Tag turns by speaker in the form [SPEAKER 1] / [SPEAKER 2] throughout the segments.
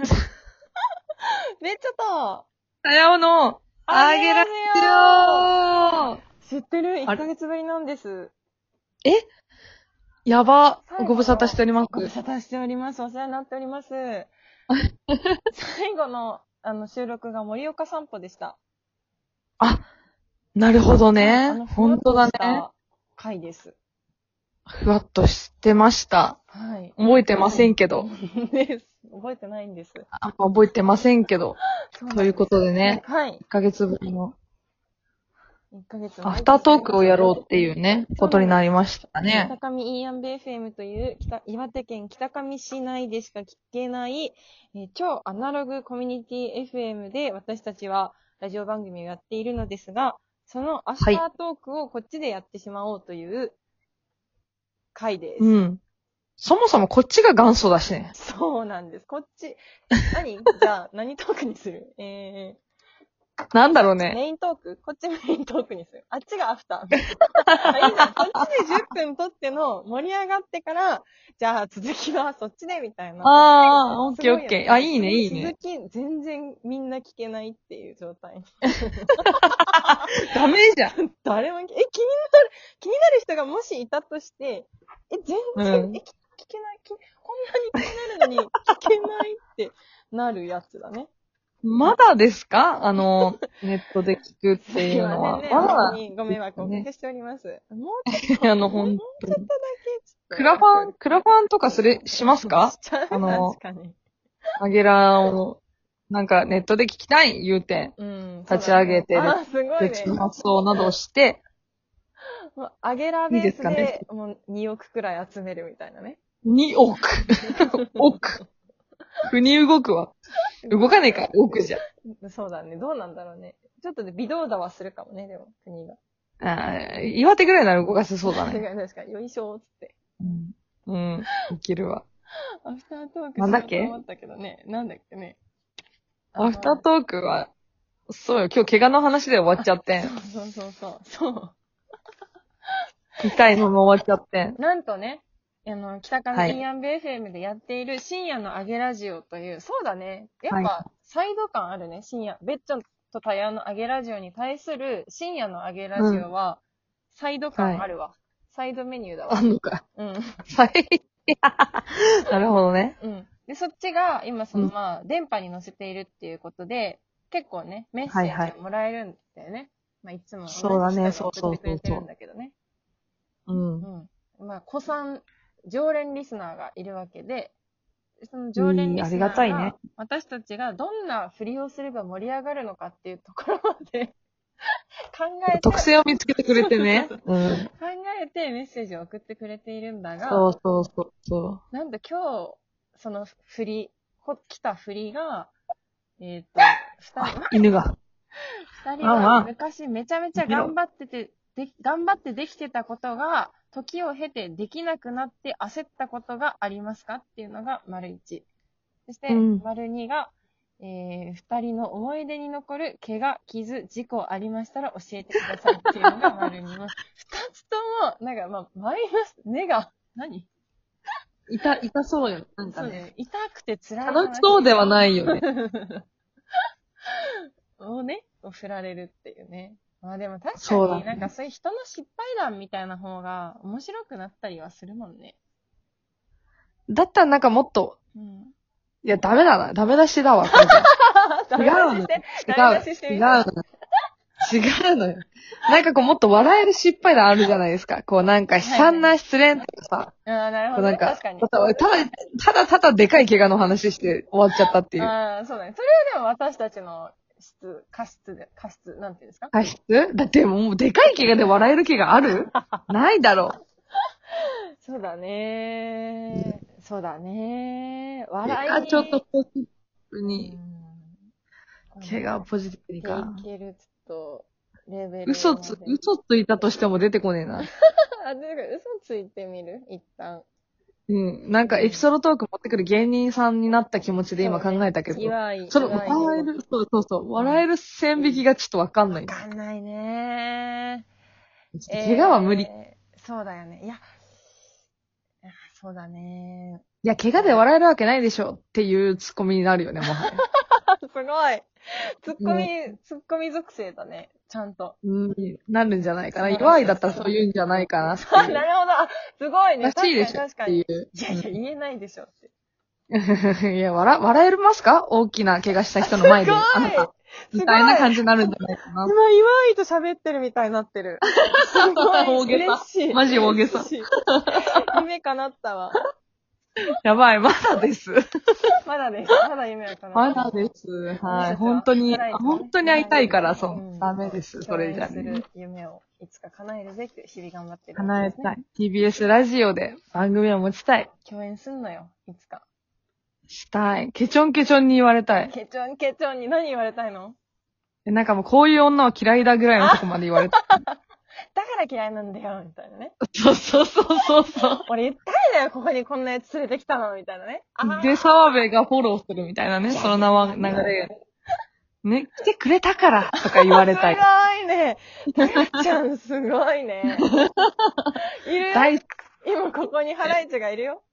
[SPEAKER 1] めっちゃと
[SPEAKER 2] さやおの、あげられよ
[SPEAKER 1] 知ってる ?1
[SPEAKER 2] あれ
[SPEAKER 1] ヶ月ぶりなんです。
[SPEAKER 2] やば
[SPEAKER 1] 最後、の
[SPEAKER 2] ご無沙汰しております。
[SPEAKER 1] ご無沙汰しております。お世話になってお ります。最後のあの収録が森岡散歩でした。
[SPEAKER 2] なるほど
[SPEAKER 1] あ
[SPEAKER 2] ね
[SPEAKER 1] の。
[SPEAKER 2] 本当だね。。
[SPEAKER 1] ふわっとした回です。
[SPEAKER 2] ふわっとしてました。
[SPEAKER 1] はい。
[SPEAKER 2] 覚えてませんけど。
[SPEAKER 1] です。覚えてないんです。
[SPEAKER 2] あんま覚えてませんけど。ということでね、
[SPEAKER 1] はい。
[SPEAKER 2] 1ヶ月ぶりの
[SPEAKER 1] 1ヶ月
[SPEAKER 2] アフタートークをやろうっていうね、ことになりましたね
[SPEAKER 1] 北。上イーアンベ FM という北岩手県北上市内でしか聞けない、えー超アナログコミュニティ FM で私たちはラジオ番組をやっているのですが、そのアフタートークをこっちでやってしまおうという回です。
[SPEAKER 2] うん。そもそもこっちが元祖だしね。
[SPEAKER 1] そうなんです。こっち、何 じゃあ何トークにするえ
[SPEAKER 2] なんだろう
[SPEAKER 1] ー、
[SPEAKER 2] ね。
[SPEAKER 1] メイントークこっちメイントークにする。あっちがアフター。あいいじゃんこっちで10分撮っての盛り上がってから、じゃあ続きはそっちでみたいな。
[SPEAKER 2] ああ、オッ
[SPEAKER 1] す
[SPEAKER 2] ケー
[SPEAKER 1] ご
[SPEAKER 2] オ
[SPEAKER 1] い
[SPEAKER 2] ッ
[SPEAKER 1] よ
[SPEAKER 2] ケー。あ、いいね、いいね。
[SPEAKER 1] 続き、全然みんな聞けないっていう状態。
[SPEAKER 2] ダメじゃん。
[SPEAKER 1] 誰も聞、え、気になる、気になる人がもしいたとして、え、全然、
[SPEAKER 2] うん
[SPEAKER 1] え、聞聞けない、きこんなに気になるのに聞けないってなるやつだね。
[SPEAKER 2] まだですかあの、ネットで聞くっていうのは。
[SPEAKER 1] すい
[SPEAKER 2] ま
[SPEAKER 1] ませんね、本当
[SPEAKER 2] だ
[SPEAKER 1] にご迷惑をおかけしております。もうちょっとだ け、
[SPEAKER 2] あの、本当に。
[SPEAKER 1] ちょっと
[SPEAKER 2] クラファン、クラファンとかする、しますか
[SPEAKER 1] しちゃう
[SPEAKER 2] あの
[SPEAKER 1] 確かに。
[SPEAKER 2] アゲラを、なんかネットで聞きたい言うて、
[SPEAKER 1] うん。
[SPEAKER 2] 立ち上げて
[SPEAKER 1] そうだねあ、すごい
[SPEAKER 2] 別
[SPEAKER 1] ね。
[SPEAKER 2] の発想などをして、
[SPEAKER 1] もう上げらベ
[SPEAKER 2] いい
[SPEAKER 1] ー
[SPEAKER 2] で
[SPEAKER 1] ス
[SPEAKER 2] すかね
[SPEAKER 1] で、もう2億くらい集めるみたいなね。
[SPEAKER 2] 2億。 億。腑に動くわ。動かねえか、億じゃ。
[SPEAKER 1] そうだね。どうなんだろうね。ちょっとで微動だはするかもね、でも、国が。
[SPEAKER 2] あー岩手ぐらいなら動かせそうだ
[SPEAKER 1] 確
[SPEAKER 2] ね。
[SPEAKER 1] かに確かに、よいしょーっつって。
[SPEAKER 2] うん。うん。いけるわ。
[SPEAKER 1] アフタートーク
[SPEAKER 2] なんだっけ
[SPEAKER 1] しようと思ったけどね。なんだっけね。
[SPEAKER 2] アフター
[SPEAKER 1] ーク
[SPEAKER 2] トークは、そうよ、今日怪我の話で終わっちゃってん。
[SPEAKER 1] そうそうそうそう。そ
[SPEAKER 2] 痛いのも終わっちゃってん。
[SPEAKER 1] う。なんとね、あの、北
[SPEAKER 2] は
[SPEAKER 1] 上
[SPEAKER 2] い
[SPEAKER 1] イアンベ FM でやっている深夜の上げラジオという、そうだね。やっ
[SPEAKER 2] は
[SPEAKER 1] ぱ、サイド感あるね、深夜。ベッチョとタヤの上げラジオに対する深夜の上げラジオは、サイド感あるわ。サイドメニューだ わ
[SPEAKER 2] あ。んのか。
[SPEAKER 1] うん。
[SPEAKER 2] はい。 なるほどね。
[SPEAKER 1] うん。で、そっちが、今その、
[SPEAKER 2] うん
[SPEAKER 1] まあ、電波に乗せているっていうことで、結構ね、メッセ
[SPEAKER 2] はいは
[SPEAKER 1] ージ
[SPEAKER 2] い
[SPEAKER 1] をもらえるんだよね。まあ、いつも同じ人
[SPEAKER 2] そうだね
[SPEAKER 1] が
[SPEAKER 2] そう
[SPEAKER 1] 送ってくれて
[SPEAKER 2] そうそうそう
[SPEAKER 1] るんだけどね。
[SPEAKER 2] うん。
[SPEAKER 1] うん。まあ、子さん、常連リスナーがいるわけで、その常連リス
[SPEAKER 2] いい
[SPEAKER 1] ナ
[SPEAKER 2] ありがた
[SPEAKER 1] ー
[SPEAKER 2] い
[SPEAKER 1] が
[SPEAKER 2] ね、
[SPEAKER 1] 私たちがどんな振りをすれば盛り上がるのかっていうところまで 考えて、
[SPEAKER 2] 特
[SPEAKER 1] 考
[SPEAKER 2] 性を見つけてくれてね。うん。
[SPEAKER 1] えてメッセージを送ってくれているんだが、
[SPEAKER 2] そうそうそうそう。
[SPEAKER 1] なんだ、今日、その振り、こ来た振りが、えっ、と、二人
[SPEAKER 2] あ、犬が。
[SPEAKER 1] 二人
[SPEAKER 2] あ
[SPEAKER 1] が
[SPEAKER 2] あ
[SPEAKER 1] 昔めちゃめちゃ頑張ってて、で頑張ってできてたことが、時を経てできなくなって焦ったことがありますかっていうのが丸一。そして、
[SPEAKER 2] うん
[SPEAKER 1] 丸二が、えー、二人の思い出に残る怪我、傷、事故ありましたら教えてくださいっていうのが 丸二の。二つとも、なんかまあ、マイナス、根が、何
[SPEAKER 2] いた、いたそうよ。なん
[SPEAKER 1] そう。ね。痛くて辛い話。
[SPEAKER 2] 楽しそうではないよね。
[SPEAKER 1] をね、振られるっていうね。まあでも確か
[SPEAKER 2] そうだ
[SPEAKER 1] に、
[SPEAKER 2] ね
[SPEAKER 1] なんかそういう人の失敗談みたいな方が面白くなったりはするもんね。
[SPEAKER 2] だったらなんかもっと、
[SPEAKER 1] うん。
[SPEAKER 2] いや、ダメだな。ダメ出しだわ。これ違うの。
[SPEAKER 1] ダメ出しして
[SPEAKER 2] 違う。違うの。違うのよ。なんかこう、もっと笑える失敗談あるじゃないですか。こう、なんか悲惨な失恋とかさ。
[SPEAKER 1] ああ、なる
[SPEAKER 2] こ
[SPEAKER 1] ほ
[SPEAKER 2] うな
[SPEAKER 1] ど、ね。
[SPEAKER 2] んか、
[SPEAKER 1] 確か
[SPEAKER 2] た
[SPEAKER 1] に。
[SPEAKER 2] だ、ただ、ただただでかい怪我の話して終わっちゃったっていう。
[SPEAKER 1] ああ、そうだね。それはでも私たちの質、過失で、過失、なんていうんですか
[SPEAKER 2] 過失だってもう、でかい怪我で笑える怪我あ るないだろう。
[SPEAKER 1] そうだね、そうだね笑い
[SPEAKER 2] あ、ちょっと、ポジティブに、
[SPEAKER 1] うん
[SPEAKER 2] 怪我をポジティブにか。
[SPEAKER 1] いける、ちょっと、レベルを。
[SPEAKER 2] 嘘つ、嘘ついたとしても出てこねえな。
[SPEAKER 1] あ、てか、嘘ついてみる一旦。
[SPEAKER 2] うん。なんかエピソードトーク持ってくる芸人さんになった気持ちで今考えたけど。
[SPEAKER 1] 岩井。
[SPEAKER 2] その、
[SPEAKER 1] 岩井
[SPEAKER 2] 笑える、そうそうそう、笑える線引きがちょっとわかんない
[SPEAKER 1] わ。かんないね。
[SPEAKER 2] 怪我は無理。
[SPEAKER 1] えーそうだよね。いや、あそうだね。
[SPEAKER 2] いや、怪我で笑えるわけないでしょっていうツッコミになるよね、もはや。
[SPEAKER 1] あすごい。ツッコミ、ツッコミ属性だね。ちゃ んと。
[SPEAKER 2] うん、なるんじゃないかな。弱いだったらそういうんじゃないかな って
[SPEAKER 1] あ、なる
[SPEAKER 2] い
[SPEAKER 1] ほ
[SPEAKER 2] う
[SPEAKER 1] ど。あすごいね。
[SPEAKER 2] らしいでしょっ
[SPEAKER 1] 確か
[SPEAKER 2] て
[SPEAKER 1] に
[SPEAKER 2] い
[SPEAKER 1] 確かに。いやいや、言えないでしょって。
[SPEAKER 2] う。いや、笑、笑えますか大きな怪我した人の前で。
[SPEAKER 1] すごい
[SPEAKER 2] あな
[SPEAKER 1] す
[SPEAKER 2] た。
[SPEAKER 1] ごい
[SPEAKER 2] みたいな感じになるんじゃないか
[SPEAKER 1] 今、
[SPEAKER 2] な。
[SPEAKER 1] 今井と喋ってるみたいにな ってる。すごい
[SPEAKER 2] 大げさ
[SPEAKER 1] 嬉しい。
[SPEAKER 2] マジ大げさ
[SPEAKER 1] 嬉し い。夢叶ったわ。
[SPEAKER 2] やばい、まだです。
[SPEAKER 1] まだです。まだ夢は叶った。
[SPEAKER 2] まだです。はいい。本当に、
[SPEAKER 1] 辛いですね
[SPEAKER 2] 本当に会いたいから、そうう。
[SPEAKER 1] ん
[SPEAKER 2] ダメです、それじゃ
[SPEAKER 1] 共演
[SPEAKER 2] ね
[SPEAKER 1] す。る夢をいつか叶えるべく日々頑張ってる、
[SPEAKER 2] 叶えた
[SPEAKER 1] い。
[SPEAKER 2] い。TBS ラジオで番組を持ちたい。
[SPEAKER 1] 共演すんのよ、いつか。
[SPEAKER 2] したい。ケチョンケチョンに言われたい。
[SPEAKER 1] ケチョン、ケチョンに何言われたいの
[SPEAKER 2] えなんかもうこういう女は嫌いだぐらいのとこまで言われた。
[SPEAKER 1] だから嫌いなんだよ、みたいなね。
[SPEAKER 2] そうそうそうそうそう。
[SPEAKER 1] 俺言ったいだよ、ここにこんなやつ連れてきたの、みたいなね。あー
[SPEAKER 2] で、澤部がフォローするみたいなね、その名は流れが。ね、来てくれたからとか言われ たい。
[SPEAKER 1] すごいね。たかちゃん、すごいね。いる よ。
[SPEAKER 2] 大好
[SPEAKER 1] 今ここにハライチがい るよ。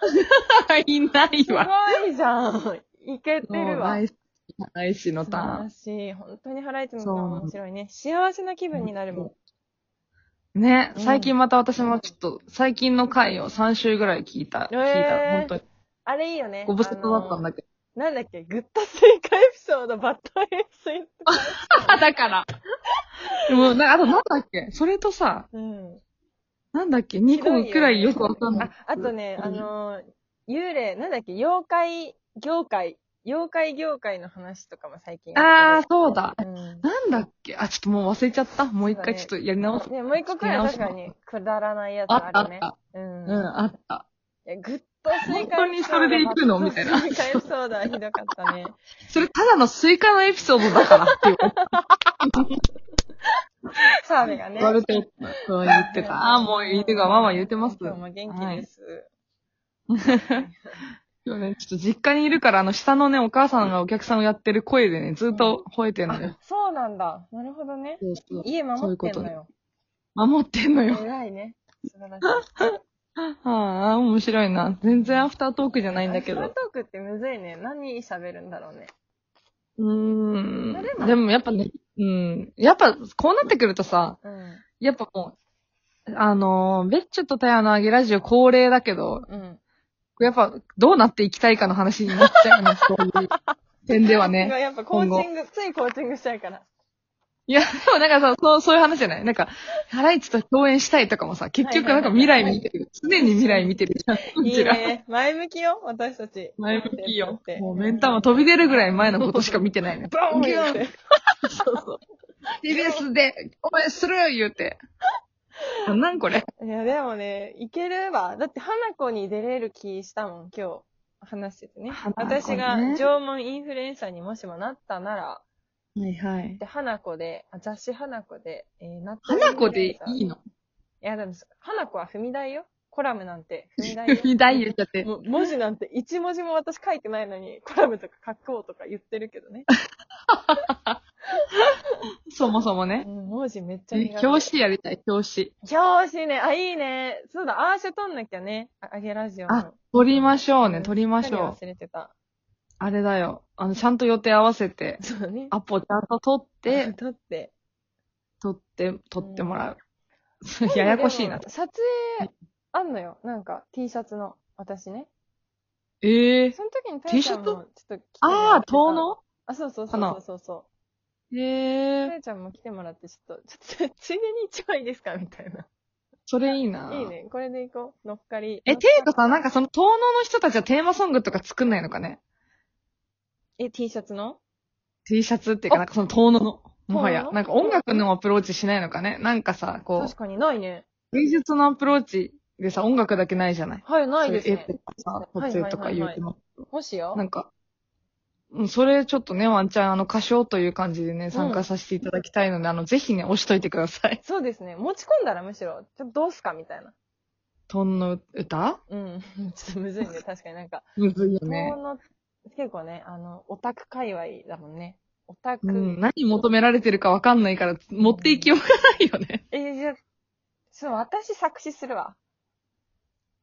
[SPEAKER 2] き。いない
[SPEAKER 1] すご
[SPEAKER 2] わ。
[SPEAKER 1] いじゃん。いけて
[SPEAKER 2] もう
[SPEAKER 1] るわ。
[SPEAKER 2] 大好き。大好きの
[SPEAKER 1] 素
[SPEAKER 2] タ
[SPEAKER 1] 晴
[SPEAKER 2] ー
[SPEAKER 1] ら
[SPEAKER 2] ン。
[SPEAKER 1] しい。本当にハライチの
[SPEAKER 2] そう
[SPEAKER 1] さん面白いね。幸せな気分になるもん。
[SPEAKER 2] ね、
[SPEAKER 1] うん
[SPEAKER 2] 最近また私もちょっと、最近の回を3週ぐらい聞いた。
[SPEAKER 1] え
[SPEAKER 2] 聞
[SPEAKER 1] ー
[SPEAKER 2] いた。本当に。
[SPEAKER 1] あれいいよね。
[SPEAKER 2] ご無沙汰だったん
[SPEAKER 1] あの
[SPEAKER 2] だけど。
[SPEAKER 1] なんだっけ、グッドスイカエピソード、バッドエピソード。
[SPEAKER 2] あ、 だから。 でも、なあとなんだっけそれとさ、
[SPEAKER 1] うん。
[SPEAKER 2] なんだっけ ?2 個くらいよくわかんない。
[SPEAKER 1] あ、あとね、あのー、幽霊、なんだっけ、妖怪業界、妖怪業界の話とかも最近
[SPEAKER 2] あー
[SPEAKER 1] て、
[SPEAKER 2] そうだ。
[SPEAKER 1] る。うん。
[SPEAKER 2] なんだっけあ、ちょっともう忘れちゃった。もう一回ちょっとやり直す。
[SPEAKER 1] ね、もう一個くらい確かに、くだらないやつ
[SPEAKER 2] あっ
[SPEAKER 1] あ
[SPEAKER 2] たあ
[SPEAKER 1] る
[SPEAKER 2] っ
[SPEAKER 1] ね。
[SPEAKER 2] た。
[SPEAKER 1] うん。
[SPEAKER 2] うん、あった。
[SPEAKER 1] いやグッドスイカエピソード。
[SPEAKER 2] 本当にそれで行くのみたいな
[SPEAKER 1] バッドスイカエピソードはひどかったね。
[SPEAKER 2] それただのスイカのエピソードだからって
[SPEAKER 1] 澤部がね。
[SPEAKER 2] 言われて、そう言ってた。ああ、もう犬がママ言ってます。
[SPEAKER 1] 今日も元気です。
[SPEAKER 2] 今日ね、ちょっと実家にいるから、あの、下のね、お母さんがお客さんをやってる声でね、ずっと吠えてんのよ。
[SPEAKER 1] そうなんだ。なるほどね。
[SPEAKER 2] そうそう
[SPEAKER 1] 家守ってんのよ。
[SPEAKER 2] 守ってんのよ。
[SPEAKER 1] 偉いね。素晴らしい。
[SPEAKER 2] ああ、面白いな。全然アフタートークじゃないんだけ
[SPEAKER 1] アフ
[SPEAKER 2] ど。
[SPEAKER 1] タートークってむずいね。何喋るんだろうね。
[SPEAKER 2] うー
[SPEAKER 1] それも
[SPEAKER 2] ん。でもやっぱね、うん。やっぱ、こうなってくるとさ、
[SPEAKER 1] う
[SPEAKER 2] やっぱもう、あのー、ベッチョとタヤのあげラジオ恒例だけど、
[SPEAKER 1] ん。うん。
[SPEAKER 2] やっぱどうなっていきたいかの話になっちゃう ね、そういう点では
[SPEAKER 1] 今
[SPEAKER 2] ね。
[SPEAKER 1] やっぱコーチング、ついコーチングしちゃうから。
[SPEAKER 2] いや、でもなんかさ、そう、そういう話じゃないなんか、ハライチと共演したいとかもさ、結局なんか未来見てる。常に未来見てるじゃん、こ
[SPEAKER 1] い
[SPEAKER 2] ち
[SPEAKER 1] い
[SPEAKER 2] ら。
[SPEAKER 1] ね。前向きよ、私たち。
[SPEAKER 2] 前向きよ
[SPEAKER 1] って。
[SPEAKER 2] もう目ん玉飛び出るぐらい前のことしか見てないね。
[SPEAKER 1] ボーン
[SPEAKER 2] ギュ
[SPEAKER 1] 言
[SPEAKER 2] ー
[SPEAKER 1] っ
[SPEAKER 2] ン
[SPEAKER 1] て。
[SPEAKER 2] そうそう。TBS で、応援する言うて。なんこれ
[SPEAKER 1] いや、でもね、いけるわ。だって、花子に出れる気したもん、今日。話しててね。
[SPEAKER 2] 花子ね
[SPEAKER 1] 私が縄文インフルエンサーにもしもなったなら、
[SPEAKER 2] はいはい。
[SPEAKER 1] で、花子で、あ雑誌花子で、えー、なった
[SPEAKER 2] 花子でいい
[SPEAKER 1] い
[SPEAKER 2] の
[SPEAKER 1] や、でも、花子は踏み台よ。コラムなんて、踏み台よ。
[SPEAKER 2] 踏み台言っちゃって。
[SPEAKER 1] もう文字なんて一文字も私書いてないのに、コラムとか書こうとか言ってるけ どね。
[SPEAKER 2] そもそもね。
[SPEAKER 1] うん、文字めっちゃ
[SPEAKER 2] ね
[SPEAKER 1] 苦手。
[SPEAKER 2] 表紙やりたい、表紙。
[SPEAKER 1] 表紙ね。あ、いいね。そうだ、アーシャ撮んなきゃね。ああげラジオの。
[SPEAKER 2] あ撮りましょう
[SPEAKER 1] う
[SPEAKER 2] ね、
[SPEAKER 1] ん
[SPEAKER 2] 撮りましょう。
[SPEAKER 1] 忘れてた。
[SPEAKER 2] あれだよ。あの、ちゃんと予定合わせて、
[SPEAKER 1] そうだね。
[SPEAKER 2] アポちゃんと撮って、
[SPEAKER 1] 撮って。
[SPEAKER 2] 撮って、撮ってもらう。 ややこしいな
[SPEAKER 1] で。も撮影、あんのよ。なんか、T シャツの、私ね。
[SPEAKER 2] ええー。
[SPEAKER 1] その時に
[SPEAKER 2] T
[SPEAKER 1] ちゃんもちょっと来てもら
[SPEAKER 2] あ
[SPEAKER 1] っ
[SPEAKER 2] あ
[SPEAKER 1] て、た
[SPEAKER 2] 遠野
[SPEAKER 1] あ、そうそうそ
[SPEAKER 2] か
[SPEAKER 1] う
[SPEAKER 2] な
[SPEAKER 1] そうそうそう。
[SPEAKER 2] ええ
[SPEAKER 1] た
[SPEAKER 2] ー。
[SPEAKER 1] やちゃんも来てもらって、ちょっと、 ちょっと、ついでに一枚いいですかみたいな。
[SPEAKER 2] それいいな。
[SPEAKER 1] いいね。これでいこう。乗っかり。
[SPEAKER 2] え、ていうかさ、なん
[SPEAKER 1] か、
[SPEAKER 2] かその、遠野の人たちはテーマソングとか作んないのかね
[SPEAKER 1] え、T シャツの
[SPEAKER 2] ?T シャツっていうか、
[SPEAKER 1] あ
[SPEAKER 2] なんかその遠野の。もは
[SPEAKER 1] 遠
[SPEAKER 2] や。
[SPEAKER 1] 野
[SPEAKER 2] なんか音楽のアプローチしないのかねなんかさ、こ
[SPEAKER 1] 確かにないね。
[SPEAKER 2] う、芸術のアプローチでさ、音楽だけないじゃない
[SPEAKER 1] はい、ないですね
[SPEAKER 2] そういう絵。とかさ、撮影とか言うても。
[SPEAKER 1] もしよ
[SPEAKER 2] な。んか、うん、それちょっとね、ワンチャン、あの、歌唱という感じでね、参加させていただきたいので、あの、ぜひね、押しといてくださ い。
[SPEAKER 1] そうですね。持ち込んだらむしろ、ちょっとどうすかみたいな。
[SPEAKER 2] トンの歌
[SPEAKER 1] うん。 ちょっとむず いね。確かになんか。
[SPEAKER 2] むずいよ
[SPEAKER 1] ね
[SPEAKER 2] ね。、
[SPEAKER 1] 結構ね、あの、オタク界隈だもんね。オタク。
[SPEAKER 2] うん、何求められてるかわかんないから、持っていきようがないよね。
[SPEAKER 1] えー、じゃあ、そう、私作詞するわ。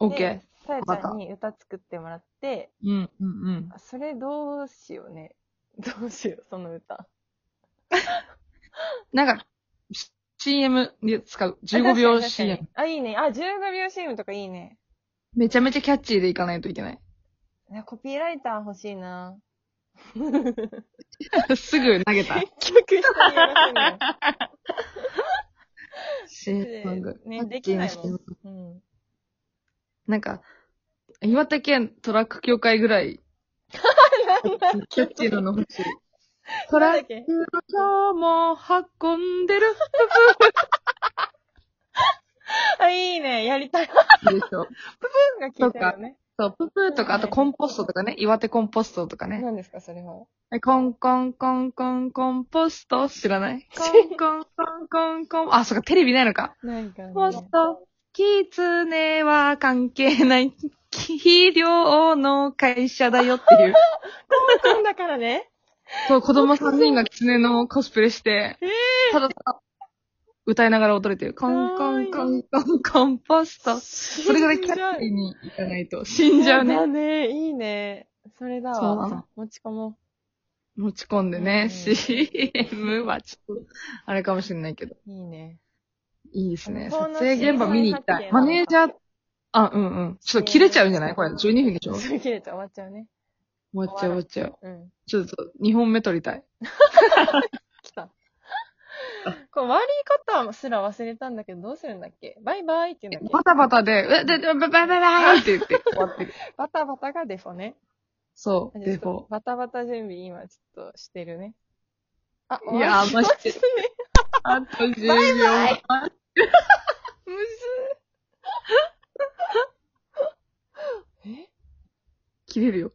[SPEAKER 2] オッケ
[SPEAKER 1] さやちゃんに歌作ってもらって、
[SPEAKER 2] ー。うん、うん、うん。
[SPEAKER 1] あそれどうしようね。 どうしよう、その歌。
[SPEAKER 2] なんか、C- CM で使う。15秒 CM。。
[SPEAKER 1] あ、いいね。あ、15秒 CM とかいいね。
[SPEAKER 2] めちゃめちゃキャッチーでいかないといけ ない。
[SPEAKER 1] いやコピーライター欲し いな。
[SPEAKER 2] すぐ投 げた。
[SPEAKER 1] 結局人にやらせるの
[SPEAKER 2] CM ソング。
[SPEAKER 1] ね、できない
[SPEAKER 2] キャッチー
[SPEAKER 1] も。
[SPEAKER 2] なん
[SPEAKER 1] うん。
[SPEAKER 2] なんか、岩手県トラック協会ぐらい、キャッチーなの欲しい。トラ
[SPEAKER 1] な
[SPEAKER 2] ッ
[SPEAKER 1] んだ
[SPEAKER 2] ク
[SPEAKER 1] っけ
[SPEAKER 2] の今日も運んでる。
[SPEAKER 1] あ、いいね。やりたい。
[SPEAKER 2] でしょ。
[SPEAKER 1] が聞いてるよね。
[SPEAKER 2] そう、プープーとか、あとコンポストとかね、岩手コンポストとかね。
[SPEAKER 1] 何ですか、それは。
[SPEAKER 2] コンコンコンコンコンポスト知らないコンコンコンコンコン、あ、そっか、テレビないのか。
[SPEAKER 1] 何かね。
[SPEAKER 2] ポスト、キツネは関係 ない。肥料の会社だよっていう。
[SPEAKER 1] なんだからね。
[SPEAKER 2] そう、子供3人がキツネのコスプレして、ただただ歌いながら踊れてる。コンコンコンコンコンポスト。それぐらいキャッチーにいかないと死んじゃう
[SPEAKER 1] そう
[SPEAKER 2] ね
[SPEAKER 1] だ。ね。いいね。それだ
[SPEAKER 2] そうなの
[SPEAKER 1] わ。持ち込も
[SPEAKER 2] 持ち込んでね、
[SPEAKER 1] うん
[SPEAKER 2] CM はちょっと、あれかもしれないけど。
[SPEAKER 1] う。いいね。
[SPEAKER 2] いいですね。
[SPEAKER 1] こ
[SPEAKER 2] 撮
[SPEAKER 1] の
[SPEAKER 2] 影現場見に行きた
[SPEAKER 1] 制
[SPEAKER 2] い。
[SPEAKER 1] 作
[SPEAKER 2] マネージャー、あ、うんうん。ちょっと切れちゃうんじゃないこれ12分でしょ
[SPEAKER 1] すぐ切れちゃう終わっちゃうね。
[SPEAKER 2] 終わっちゃう終わっちゃう。
[SPEAKER 1] うん。
[SPEAKER 2] ちょっと2本目撮りたい。
[SPEAKER 1] 来た。こう、割り方すら忘れたんだけど、どうするんだっけバイバイって言うんだっ
[SPEAKER 2] バタバタで、え、で、で、バイバイバイって言って終わってる。
[SPEAKER 1] けバタバタがデフォね。
[SPEAKER 2] そう、
[SPEAKER 1] あじゃあ
[SPEAKER 2] デ
[SPEAKER 1] ちょっ
[SPEAKER 2] フ
[SPEAKER 1] とバタバタ準備今ちょっとしてるね。あ、
[SPEAKER 2] ォ。いやー、
[SPEAKER 1] 終わ
[SPEAKER 2] マ
[SPEAKER 1] り
[SPEAKER 2] ジで。あと10秒。
[SPEAKER 1] むずーえ
[SPEAKER 2] 切れるよ。